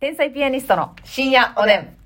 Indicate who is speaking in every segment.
Speaker 1: 天才ピアニストの深夜おでん。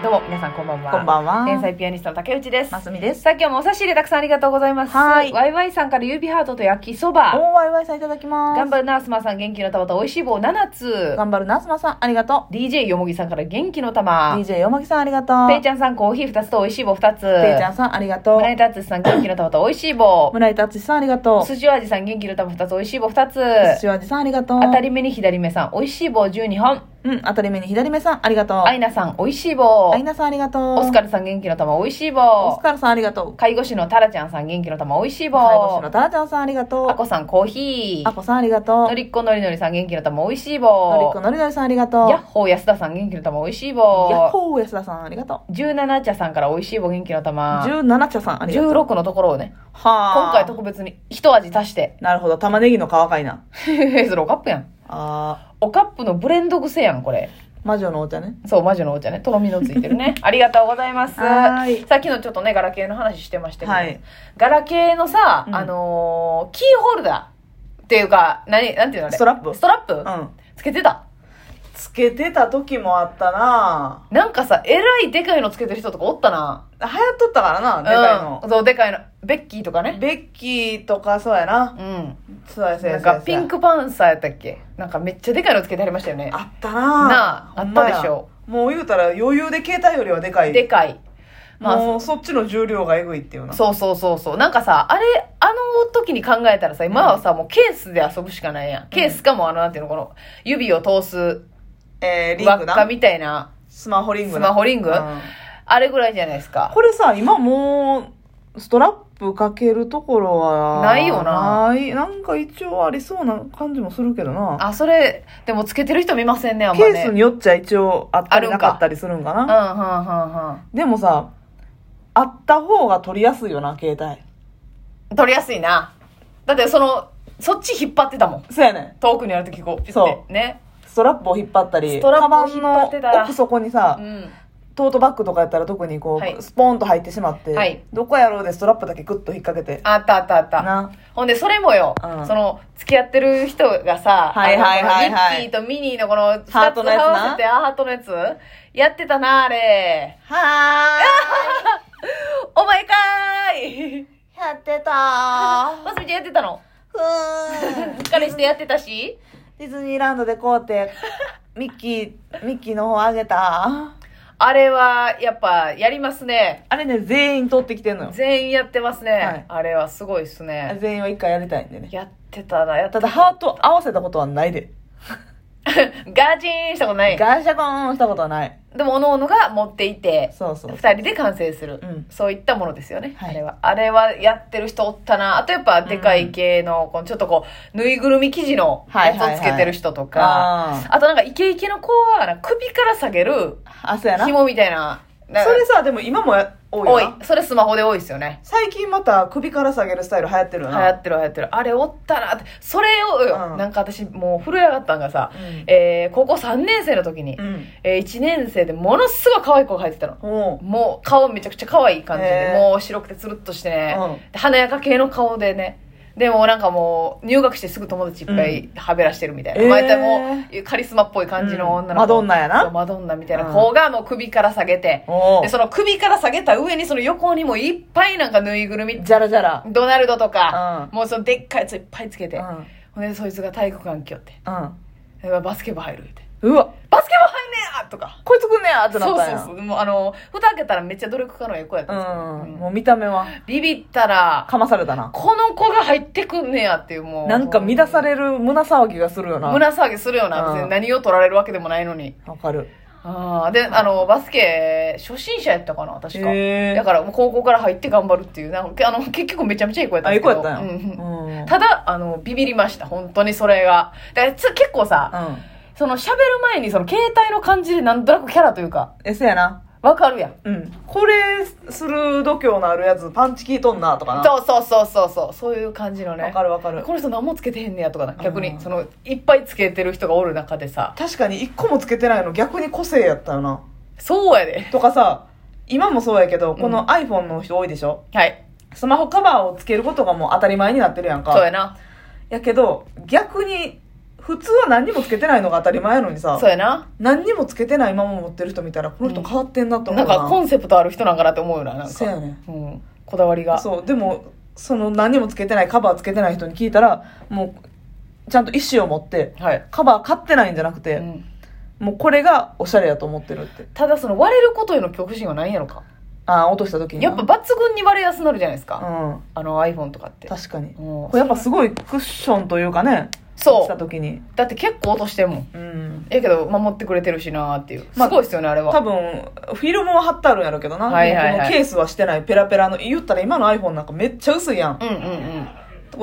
Speaker 1: どうも、皆さんこんばんは。
Speaker 2: こんばんは
Speaker 1: 天才ピアニストの竹内です。
Speaker 2: ますみです。
Speaker 1: さあ、今日もお差し入れたくさんありがとうございます。
Speaker 2: はい
Speaker 1: ワイワイさんから指ハートと焼きそば。
Speaker 2: おー、ワイワイさんいただきます。
Speaker 1: 頑張るナースマンさん元気の玉と美味しい棒7つ。
Speaker 2: 頑張るナスマさん、ありがとう。
Speaker 1: DJ よもぎさんから元気の玉。
Speaker 2: DJ よもぎさん、ありがとう。
Speaker 1: ペイちゃんさんコーヒー2つと美味しい棒2つ。
Speaker 2: ペイちゃんさん、ありがとう。
Speaker 1: 村井達さん元気の玉と美味しい棒。
Speaker 2: 村井達志さん、ありがとう。
Speaker 1: すじお味さん元気の玉2つ美味しい棒2つ。
Speaker 2: 土味さん、ありがとう。
Speaker 1: 当たり目に左目さん美味しい棒12本。
Speaker 2: うん、当たり目に左目さん、ありがとう。
Speaker 1: アイナさん、美味しい棒
Speaker 2: ア。イナさん、ありがとう。
Speaker 1: オスカルさん、元気の玉、美味しい
Speaker 2: オ
Speaker 1: 棒
Speaker 2: ス。カルさん、ありがとう。
Speaker 1: 介護士のタラちゃんさん、元気の玉、美味しい棒。
Speaker 2: 介護士のタラちゃんさん、ありがとう。
Speaker 1: アコさん、コーヒ
Speaker 2: あ
Speaker 1: ー。
Speaker 2: こさん、ありがとう。
Speaker 1: のりっこのりのりさん、元気の玉、美味しい
Speaker 2: のりっこ
Speaker 1: 棒。
Speaker 2: のりのりさん、ありがとう。
Speaker 1: ヤッホー安田さん、元気の玉、美味しい
Speaker 2: やっ
Speaker 1: 棒。
Speaker 2: ほー、安田さん、ありがとう。
Speaker 1: 17茶さんから美味しい棒、元気の玉。
Speaker 2: 17茶さん、ありがとう。
Speaker 1: 16のところをね、
Speaker 2: はあ。
Speaker 1: 今回特別に一味足して。
Speaker 2: なるほど、玉ねぎの皮かいな。
Speaker 1: それおカップやん。
Speaker 2: あ
Speaker 1: おカップのブレンド癖やん、これ。
Speaker 2: ー、魔女のお茶ね。
Speaker 1: そう、魔女のお茶ね。とろみのついてる ね。ありがとうございます。
Speaker 2: はーい
Speaker 1: さっきのちょっとね、ガラケーの話してましたけど、
Speaker 2: はい
Speaker 1: ガラケーのさ、
Speaker 2: うん
Speaker 1: あのーキーホルダーっていうか、何、なんていうのあれ
Speaker 2: ストラップ
Speaker 1: ストラップ、
Speaker 2: うん。
Speaker 1: つけてた。
Speaker 2: つけてた時もあったな
Speaker 1: なんかさ、えらいでかいのつけてる人とかおったな。
Speaker 2: 流行っとったからな、でかいの
Speaker 1: う。ん。そう、でかいの。ベッキーとかね。
Speaker 2: ベッキーとかそうやな。
Speaker 1: うん。
Speaker 2: そうやそう
Speaker 1: な
Speaker 2: や
Speaker 1: ん
Speaker 2: そうや
Speaker 1: か、ピン。クパンサーやったっけなんかめっちゃでかいのつけてありましたよね。
Speaker 2: あったな
Speaker 1: なあ
Speaker 2: ほんまや
Speaker 1: あったでしょ
Speaker 2: もう言うたら余裕で携帯よりはでかい。
Speaker 1: でかい。まあ
Speaker 2: もうそっちの重量がえぐいっていうな。
Speaker 1: そうそうそうそう。なんかさ、あれ、あの時に考えたらさ、今はさ、もうケースで遊ぶしかないやん。ケースかもあの、なんていうの、この、指を通す
Speaker 2: えー、リ
Speaker 1: 輪
Speaker 2: ング
Speaker 1: っか
Speaker 2: な。
Speaker 1: みたいな、
Speaker 2: スマホリング
Speaker 1: ス
Speaker 2: な
Speaker 1: マホリング、
Speaker 2: うん
Speaker 1: あれぐらいじゃないですか。
Speaker 2: これさ、今もう、ストラップかけるところは。
Speaker 1: ないよな。
Speaker 2: ない。なんか一応ありそうな感じもするけどな。
Speaker 1: あ、それ、でもつけてる人見ませんね、あんま
Speaker 2: ケ
Speaker 1: ね。
Speaker 2: ースによっちゃ一応あった
Speaker 1: ある
Speaker 2: り
Speaker 1: んか
Speaker 2: なかったりするんか
Speaker 1: うん、
Speaker 2: な。
Speaker 1: はんはんは
Speaker 2: でもさ、あった方が取りやすいよな、携帯。
Speaker 1: ん。取りやすいな。だって、その、そっち引っ張ってたもん。
Speaker 2: そうやねん。
Speaker 1: 遠くにある時こう、ピュ
Speaker 2: そ
Speaker 1: ッて。ね。
Speaker 2: ストラップを引っ張ったり、
Speaker 1: ストラッ
Speaker 2: カ
Speaker 1: プ
Speaker 2: バ
Speaker 1: を引
Speaker 2: ン
Speaker 1: っ張
Speaker 2: の
Speaker 1: ってたら
Speaker 2: 奥底にさ
Speaker 1: う、ん。
Speaker 2: トートバッグとかやったら特にこう、
Speaker 1: はい
Speaker 2: スポーンと入ってしまって、
Speaker 1: はい
Speaker 2: どこやろうでストラップだけグッと引っ掛けて。
Speaker 1: あったあったあった。
Speaker 2: な。
Speaker 1: ほんで、それもよ、
Speaker 2: うん
Speaker 1: その、付き合ってる人がさ、
Speaker 2: はいはいはいはい
Speaker 1: あのミッキーとミニーのこの、二つ
Speaker 2: ハートのやつな
Speaker 1: 合わせて、あ、ハートのやつやってたな、あれ。
Speaker 2: は
Speaker 1: お前か ーい
Speaker 2: ーい。やってた
Speaker 1: マスミちゃんやってたの
Speaker 2: ー。
Speaker 1: 彼氏とやってたし
Speaker 2: ディズニーランドでこうって、ミッキー、ミッキーの方あげた。
Speaker 1: あれは、やっぱ、やりますね。
Speaker 2: あれね、全員取ってきてんのよ。
Speaker 1: 全員やってますね。
Speaker 2: はい
Speaker 1: あれはすごいっすね。
Speaker 2: 全員は一回やりたいんでね。
Speaker 1: やってたな、やって
Speaker 2: た
Speaker 1: た。
Speaker 2: だ、ハート合わせたことはないで。
Speaker 1: ガチーンしたことない。
Speaker 2: ガシャコーンしたことはない。
Speaker 1: でも、おのおのが持っていて、
Speaker 2: そうそう。
Speaker 1: 二人で完成する、
Speaker 2: うん
Speaker 1: そういったものですよね、
Speaker 2: はい
Speaker 1: あれはあれはやってる人おったなあとやっぱでかい系のこのちょっとこうぬいぐるみ生地の
Speaker 2: はい
Speaker 1: や
Speaker 2: はいはい
Speaker 1: つをつけてる人とか、
Speaker 2: あ
Speaker 1: あとなんかイケイケの子はなんか首から下げる
Speaker 2: あ、そうやな。
Speaker 1: 紐みたいななんか
Speaker 2: それさ、でも今もや多いよ
Speaker 1: 多い
Speaker 2: な。
Speaker 1: それスマホで多いですよね
Speaker 2: 最近また首から下げるスタイル流行ってるよ
Speaker 1: 流
Speaker 2: な。
Speaker 1: 行ってる流行ってるあれおったなってそれをよ、
Speaker 2: うん
Speaker 1: なんか私もう震え上がったんがさ、
Speaker 2: うん
Speaker 1: えー高校3年生の時に、
Speaker 2: うん。
Speaker 1: え1年生でものすごい可愛い子が入ってたの
Speaker 2: おう
Speaker 1: もう顔めちゃくちゃ可愛い感じで
Speaker 2: へ、ー
Speaker 1: もう白くてつるっとしてね、
Speaker 2: うん
Speaker 1: で華やか系の顔でね、でもなんかもう入学してすぐ友達いっぱいはべらしてるみたいな。
Speaker 2: えー
Speaker 1: 毎回もうカリスマっぽい感じの女の子。
Speaker 2: うんマドンナやな
Speaker 1: そうマドンナみたいな子がもう首から下げて、
Speaker 2: おう
Speaker 1: で、その首から下げた上にその横にもいっぱいなんかぬいぐるみ、
Speaker 2: じゃらじゃら。
Speaker 1: ドナルドとか、
Speaker 2: う
Speaker 1: もうそのでっかいやついっぱいつけて、
Speaker 2: うん。
Speaker 1: ほんでそいつが体育館来よって、でバスケ部入るって、
Speaker 2: うん。うわ、
Speaker 1: バスケ部入んねやとか。
Speaker 2: こいつくんねやってなったんや。
Speaker 1: そうそうそうもうあの蓋開けたらめっちゃ努力家のええ子やったんですけど
Speaker 2: うん。
Speaker 1: うん
Speaker 2: もう見た目は、
Speaker 1: ビビったら
Speaker 2: かまされたな。
Speaker 1: この子が入ってくんねやっていうもう
Speaker 2: なんか乱される胸騒ぎがするよな。
Speaker 1: 胸騒ぎするよな
Speaker 2: うん
Speaker 1: 別に何を取られるわけでもないのに
Speaker 2: わかる。
Speaker 1: ああであのバスケ初心者やったかな確か
Speaker 2: へー
Speaker 1: だからもう高校から入って頑張るっていうなんかあの結局めちゃめちゃいい子やったん
Speaker 2: あ、
Speaker 1: で
Speaker 2: い
Speaker 1: す
Speaker 2: い
Speaker 1: け
Speaker 2: 子
Speaker 1: ど
Speaker 2: やったんや。
Speaker 1: うんうん
Speaker 2: うん
Speaker 1: ただあのビビりました本当にそれがだからつ結構さ
Speaker 2: うん。
Speaker 1: その喋る前にその携帯の感じでなんとなくキャラというか
Speaker 2: え、そうやな。
Speaker 1: わかるやん
Speaker 2: うん。これ、する度胸のあるやつ、パンチ効いとんな、とかな。
Speaker 1: そうそうそうそうそうそういう感じのね
Speaker 2: わかるわかる。
Speaker 1: この人何もつけてへんねやとかな逆
Speaker 2: う
Speaker 1: に
Speaker 2: ん
Speaker 1: そのいっぱいつけてる人がおる中でさ
Speaker 2: 確かに一個もつけてないの逆に個性やったよな。
Speaker 1: そうやで
Speaker 2: とかさ、今もそうやけど、
Speaker 1: ん
Speaker 2: この iPhone の人多いでしょ、
Speaker 1: はい
Speaker 2: スマホカバーをつけることがもう当たり前になってるやん
Speaker 1: そう
Speaker 2: か。
Speaker 1: やな
Speaker 2: やけど、逆に、普通は何にもつけてないのが当たり前やのにさ
Speaker 1: そう、やな。
Speaker 2: 何にもつけてないまま持ってる人見たら、この人変わってんなと思
Speaker 1: な
Speaker 2: うん
Speaker 1: かコンセプトある人なんかなって思うよな、なん
Speaker 2: せ
Speaker 1: か。
Speaker 2: やねん
Speaker 1: うん。こだわりが。
Speaker 2: そう、でも、その何にもつけてない、カバーつけてない人に聞いたら、もう、ちゃんと意思を持って、
Speaker 1: はい。
Speaker 2: カバー買ってないんじゃなくて、
Speaker 1: うん
Speaker 2: もうこれがおしゃれやと思ってるって。
Speaker 1: ただその割れることへの恐怖心はないんやろか。
Speaker 2: ああ、落とした時にな。
Speaker 1: やっぱ抜群に割れやすなるじゃないですか。
Speaker 2: うん。
Speaker 1: あの iPhone とかって。
Speaker 2: 確かに。
Speaker 1: うん
Speaker 2: これやっぱすごいクッションというかね、
Speaker 1: そ
Speaker 2: した
Speaker 1: う。
Speaker 2: 時に。
Speaker 1: だって結構落としてるもん。
Speaker 2: うん。
Speaker 1: ええけど、守ってくれてるしなーっていう。す
Speaker 2: まあ
Speaker 1: ごいっすよね、あれは。
Speaker 2: 多分、フィルムは貼ってあるんやろうけどな。
Speaker 1: はいはいはい
Speaker 2: このケースはしてない、ペラペラの。言ったら今の iPhone なんかめっちゃ薄いやん。
Speaker 1: うんうんうん。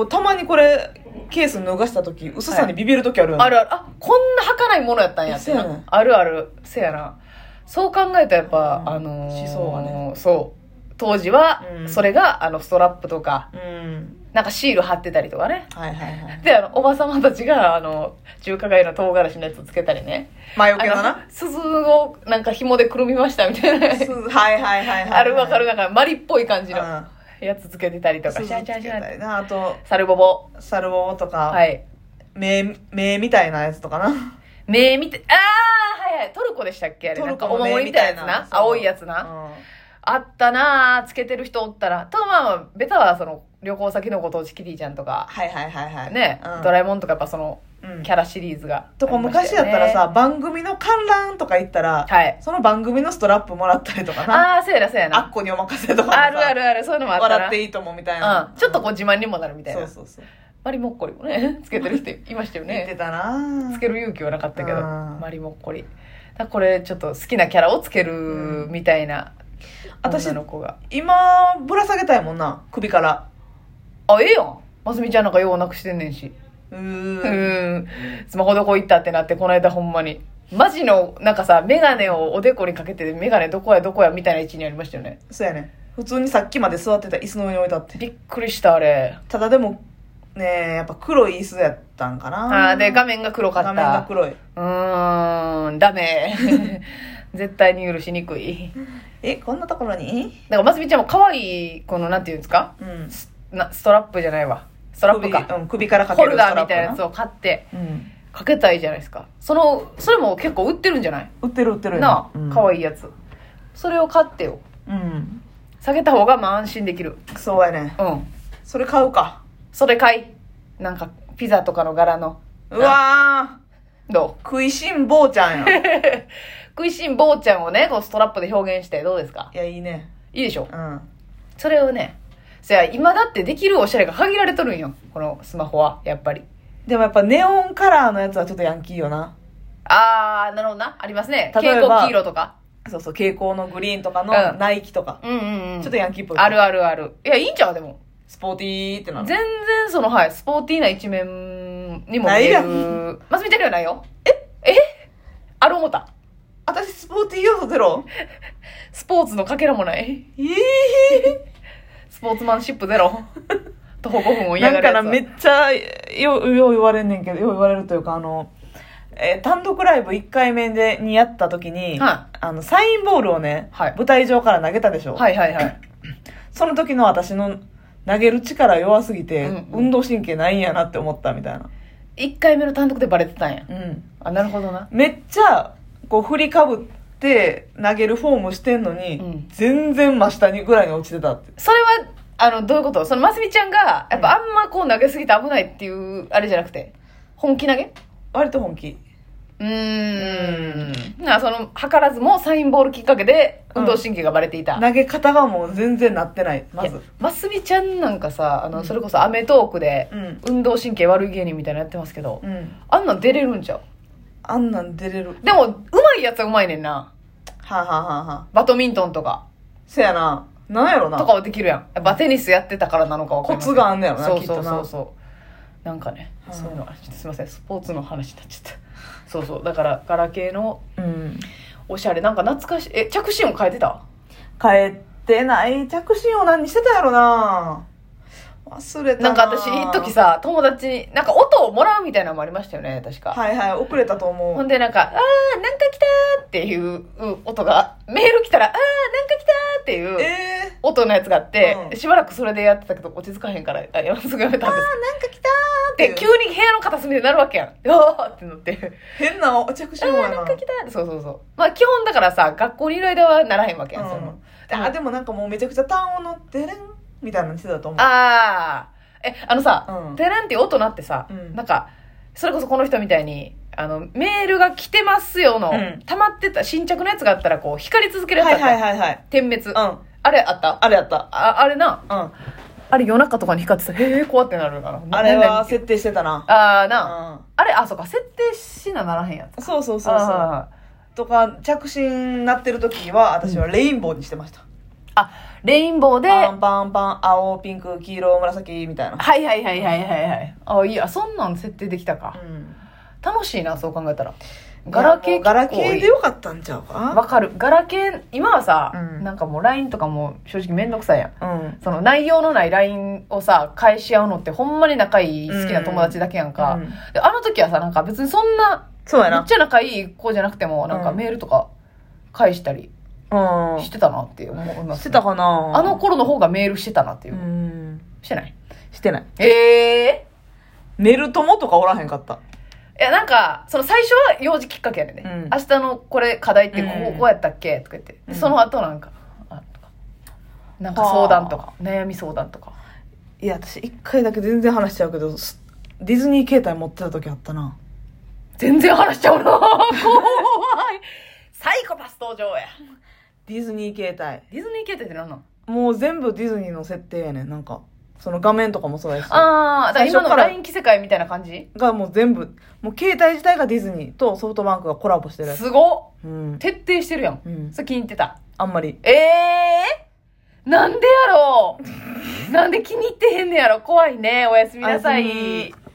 Speaker 2: たまにこれ、ケース脱がした時、薄さにビビる時あるよね。
Speaker 1: あるある。あ、こんな儚いものやったんやって
Speaker 2: せやね。
Speaker 1: なんあるある。せやな。そう考えたらやっぱ、
Speaker 2: うん
Speaker 1: あのー
Speaker 2: 思想がね
Speaker 1: そう。当時は
Speaker 2: う、ん
Speaker 1: それが、あの、ストラップとか、
Speaker 2: うん。
Speaker 1: なんかシール貼ってたりとかね。
Speaker 2: はいはいはい。
Speaker 1: で、あの、おばさまたちが、あの、中華街の唐辛子のやつつけたりね。
Speaker 2: 前置
Speaker 1: あ
Speaker 2: き だな
Speaker 1: の。、鈴をなんか紐でくるみましたみたいな。
Speaker 2: すはいはいはいはい。
Speaker 1: あるわかる
Speaker 2: わ
Speaker 1: なんか、マリっぽい感じの
Speaker 2: うん。
Speaker 1: やつつけてたりとか。
Speaker 2: 鈴
Speaker 1: シャンシャンシ
Speaker 2: つけた
Speaker 1: ャン。
Speaker 2: りなあと、
Speaker 1: サルボボ。
Speaker 2: サルボボとか、
Speaker 1: はい。
Speaker 2: 目、目みたいなやつとかな。
Speaker 1: 目見て、あーはいはい。トルコでしたっけあれ。なんかお守りみたいなやつな。
Speaker 2: そう
Speaker 1: 青いやつな。あったなあつけてる人おったら。と、まあ、ベタはその、旅行先のご当地キティちゃんとか、
Speaker 2: はいはいはいはい。
Speaker 1: ね、
Speaker 2: うん
Speaker 1: ドラえもんとかやっぱその、
Speaker 2: うん
Speaker 1: キャラシリーズが、
Speaker 2: とか昔やったら、さ、番組の観覧とか行ったら、
Speaker 1: はい。
Speaker 2: その番組のストラップもらったりとかな。
Speaker 1: ああ、そうやな、そうや
Speaker 2: あっ
Speaker 1: な。
Speaker 2: こにお任せとかもさ。
Speaker 1: あるあるある、そういうのもあったな。
Speaker 2: 笑っていいともみたいな。
Speaker 1: うん。ちょっとこう自慢にもなるみたい
Speaker 2: そう
Speaker 1: な。
Speaker 2: そうそう。
Speaker 1: マリモッコリもね、つけてる人いましたよ
Speaker 2: 言って
Speaker 1: ね。
Speaker 2: たな
Speaker 1: つける勇気はなかったけど、
Speaker 2: うん
Speaker 1: マリモッコリ。だからこれ、ちょっと好きなキャラをつけるみたいな、
Speaker 2: 私
Speaker 1: 女の子が。
Speaker 2: 今、ぶら下げたいもんな。首から。
Speaker 1: あ、ええやん。ますみちゃんなんかようなくしてんねんし。
Speaker 2: う
Speaker 1: う
Speaker 2: ーん。
Speaker 1: ーん。スマホどこ行ったってなって、この間ほんまに。マジの、なんかさ、メガネをおでこにかけて、メガネどこやどこやみたいな位置にありましたよね。
Speaker 2: そうやね。普通にさっきまで座ってた椅子の上に置いたって。
Speaker 1: びっくりした、あれ。
Speaker 2: ただでも、ねやっぱ黒い椅子やったんかな。
Speaker 1: あーで、画面が黒かった。
Speaker 2: 画面が黒い。
Speaker 1: うーん、ダ メ。絶対に許しにくい。
Speaker 2: え、こんなところに
Speaker 1: だから、ますみちゃんも可愛い、この、なんていうんですか
Speaker 2: うん。
Speaker 1: スなストラップじゃないわ。ストラップか。
Speaker 2: 首,、うん、首からかけ
Speaker 1: ホ
Speaker 2: る
Speaker 1: ル
Speaker 2: ス
Speaker 1: ダ
Speaker 2: ト
Speaker 1: ー
Speaker 2: ラッ
Speaker 1: みた
Speaker 2: プ
Speaker 1: い
Speaker 2: な
Speaker 1: なやつを買って、
Speaker 2: うん。
Speaker 1: かけたいじゃないですか。その、それも結構売ってるんじゃない
Speaker 2: 売ってる売ってる。
Speaker 1: な
Speaker 2: うん
Speaker 1: あ、可愛いやつ。それを買ってよ。
Speaker 2: うん。
Speaker 1: 下げた方がまあ安心できる。
Speaker 2: そうやね。
Speaker 1: うん。
Speaker 2: それ買うか。
Speaker 1: それ買い。なんか、ピザとかの柄の。
Speaker 2: うわー。
Speaker 1: ど
Speaker 2: 食いしん坊ちゃ んや。いう
Speaker 1: 食いしん坊ちゃんをね、こうストラップで表現してどうですか
Speaker 2: や、いいね。
Speaker 1: いいでしょ
Speaker 2: うん。
Speaker 1: それをね、そや、今だってできるおしゃれが限られとるんよ。このスマホは、やっぱり。
Speaker 2: でもやっぱネオンカラーのやつはちょっとヤンキーよな。
Speaker 1: あー、なるほどな。ありますね。
Speaker 2: 例え
Speaker 1: 蛍
Speaker 2: ば
Speaker 1: 光黄色とか。
Speaker 2: そうそう、蛍光のグリーンとかの
Speaker 1: うん
Speaker 2: ナイキとか。
Speaker 1: うんうんうん。
Speaker 2: ちょっとヤンキーっぽい。
Speaker 1: あるあるある。いや、いいんちゃうでも。
Speaker 2: スポーティーってな
Speaker 1: 全
Speaker 2: る。
Speaker 1: 然その、はい、スポーティーな一面にも見
Speaker 2: ない
Speaker 1: え
Speaker 2: や
Speaker 1: る。マスミちゃんにはないよ。ええある思った。
Speaker 2: 私スポーティー要素 ゼロ
Speaker 1: スポーツのかけらもない。
Speaker 2: え
Speaker 1: スポーツマンシップゼ ロ。徒歩5分を
Speaker 2: え
Speaker 1: 嫌
Speaker 2: な
Speaker 1: が
Speaker 2: ん
Speaker 1: るや
Speaker 2: か
Speaker 1: つ
Speaker 2: な、
Speaker 1: は。
Speaker 2: めっちゃ、よ、よう言われんねんけど、よう言われるというか、あの、えー単独ライブ1回目で、にやった時に、
Speaker 1: は
Speaker 2: あの、サインボールをね、
Speaker 1: はい
Speaker 2: 舞台上から投げたでしょ、
Speaker 1: はいはいはい。
Speaker 2: その時の私の投げる力弱すぎて、
Speaker 1: うんうん
Speaker 2: 運動神経ないんやなって思ったみたいな。
Speaker 1: 1回目の単独でバレてたんや。
Speaker 2: うん。
Speaker 1: あ、なるほどな。
Speaker 2: めっちゃ、こう、振りかぶって投げるフォームしてんのに、
Speaker 1: うん
Speaker 2: 全然真下にぐらいに落ちてたって。
Speaker 1: それは、あの、どういうことその、ますみちゃんが、やっぱあんまこう投げすぎて危ないっていう、あれじゃなくて、本気投げ
Speaker 2: 割と本気。
Speaker 1: うーん。な、その、図らずもサインボールきっかけで、運動神経がバレていた。
Speaker 2: 投げ方がもう全然なってない、まず。
Speaker 1: ますみちゃんなんかさ、あの、それこそアメトークで
Speaker 2: う、ん。
Speaker 1: 運動神経悪い芸人みたいなのやってますけど、
Speaker 2: うん。
Speaker 1: あんなん出れるんちゃう
Speaker 2: あんなん出れる。
Speaker 1: でも、うまいやつはうまいねんな。
Speaker 2: はあ、はあはあはあ、
Speaker 1: バドミントンとか、
Speaker 2: せやな。なんやろな。
Speaker 1: とかはできるやん。やっぱテニスやってたからなのかわかんない。
Speaker 2: コツがあんねやろな
Speaker 1: そう
Speaker 2: きっ
Speaker 1: そ
Speaker 2: と
Speaker 1: う
Speaker 2: な
Speaker 1: そうそう。なんかね、
Speaker 2: うん
Speaker 1: そういうのは、ちょっとすいません、スポーツの話になっちゃった。そうそう、だから、ガラケーの
Speaker 2: うん。お
Speaker 1: おしゃれ、なんか懐かしい。え、着信音変えてた
Speaker 2: 変えてない着信を何してたやろな。忘れた
Speaker 1: なんか私、一時さ、友達に、なんか音をもらうみたいなのもありましたよね、確か。
Speaker 2: はいはい遅れたと思
Speaker 1: ほ
Speaker 2: うん
Speaker 1: でなんか、あー、なんか来たーっていうう音が、メール来たら、あー、なんか来たーって
Speaker 2: え
Speaker 1: いう
Speaker 2: え
Speaker 1: 音のやつがあって、
Speaker 2: うん
Speaker 1: しばらくそれでやってたけど、落ち着かへんから、あやらすぐやめたんです。
Speaker 2: ーなんか来たーっ
Speaker 1: で、急に部屋の片隅でなるわ けやん。よーってなって。
Speaker 2: 変なお着信
Speaker 1: あ
Speaker 2: 音や
Speaker 1: ー、
Speaker 2: な
Speaker 1: なんか来たーそうそうそう。まあ基本だからさ、学校にいる間はならへんわけやん、そ
Speaker 2: うん
Speaker 1: の。
Speaker 2: あでもなんかもうめちゃくちゃ単音の「デレン」みたいなのしてたと思う
Speaker 1: あー、え、あのさ、
Speaker 2: うん
Speaker 1: テランっていう音なってさ、
Speaker 2: うん
Speaker 1: なんか、それこそこの人みたいに、あの、メールが来てますよの、
Speaker 2: うん
Speaker 1: 溜まってた新着のやつがあったら、こう、光り続けるやつ
Speaker 2: は
Speaker 1: あっ
Speaker 2: い
Speaker 1: た。
Speaker 2: はいはいはい
Speaker 1: 点滅。
Speaker 2: うん
Speaker 1: あれあった
Speaker 2: あれやった
Speaker 1: ああれな。
Speaker 2: うん
Speaker 1: あれ夜中とかに光ってた。へえ、怖ってなるから。
Speaker 2: あれ
Speaker 1: なん
Speaker 2: は
Speaker 1: だっけ
Speaker 2: 設定してたな
Speaker 1: あー
Speaker 2: う
Speaker 1: な。
Speaker 2: ん
Speaker 1: あれ、あ、そうか。設定しなならへんやつ。
Speaker 2: そうそうそうそう
Speaker 1: あー
Speaker 2: とか着信なってる時は私はレインボーにしてました、
Speaker 1: あ、レインボーで、
Speaker 2: パ
Speaker 1: は
Speaker 2: ンパンパン青ピンク黄色紫みたいない
Speaker 1: はいはいはいはいはい。あ、いや、そんなん設定できたか。
Speaker 2: うん
Speaker 1: 楽しいな、そう考えたら。ガラケー
Speaker 2: いやもうガラケーで
Speaker 1: 結構
Speaker 2: よかったんちゃう
Speaker 1: 多い
Speaker 2: か
Speaker 1: わかる。ガラケー、今はさ、
Speaker 2: うん
Speaker 1: なんかもう LINE とかも正直めんどくさいやん。
Speaker 2: うん
Speaker 1: その内容のない LINE をさ、返し合うのってほんまに仲いい好きな友達だけやんか。
Speaker 2: うん
Speaker 1: であの時はさ、なんか別にそんな
Speaker 2: そうや
Speaker 1: めっ
Speaker 2: な
Speaker 1: ちゃ仲いい子じゃなくてもなんか
Speaker 2: うん
Speaker 1: メールとか返したり
Speaker 2: うん
Speaker 1: してたなって思います、
Speaker 2: してたかな
Speaker 1: あの頃の方がメールしてたなっていうう、
Speaker 2: ん
Speaker 1: してない
Speaker 2: してない
Speaker 1: ええ
Speaker 2: メル友とかおらへんかった
Speaker 1: いやなんかその最初は用事きっかけやね、
Speaker 2: う
Speaker 1: 明
Speaker 2: ん
Speaker 1: 日のこれ課題ってこう
Speaker 2: うん
Speaker 1: こうやったっけとか言って
Speaker 2: うん
Speaker 1: でその後なんかあとかなんか相談とか悩み相談とか
Speaker 2: いや私一回だけ全然話しちゃうけどすディズニー携帯持ってた時あったな
Speaker 1: 全然話し ちゃうな怖いサイコパス登場や
Speaker 2: ディズニー携帯
Speaker 1: ディズニー携帯って何なん
Speaker 2: もう全部ディズニーの設定やねんなんかその画面とかもそうやし
Speaker 1: ああだから今
Speaker 2: 最初
Speaker 1: の
Speaker 2: から
Speaker 1: LINE 着せ替えみたいな感じ
Speaker 2: がもう全部もう携帯自体がディズニーとソフトバンクがコラボしてるやつ
Speaker 1: すごっ
Speaker 2: うん、
Speaker 1: 徹底してるやん
Speaker 2: うん、
Speaker 1: それ気に入ってた
Speaker 2: あんまり
Speaker 1: ええー、 なんでやろうなんで気に入ってへんねやろ怖いねおやすみなさ
Speaker 2: おやす
Speaker 1: い
Speaker 2: み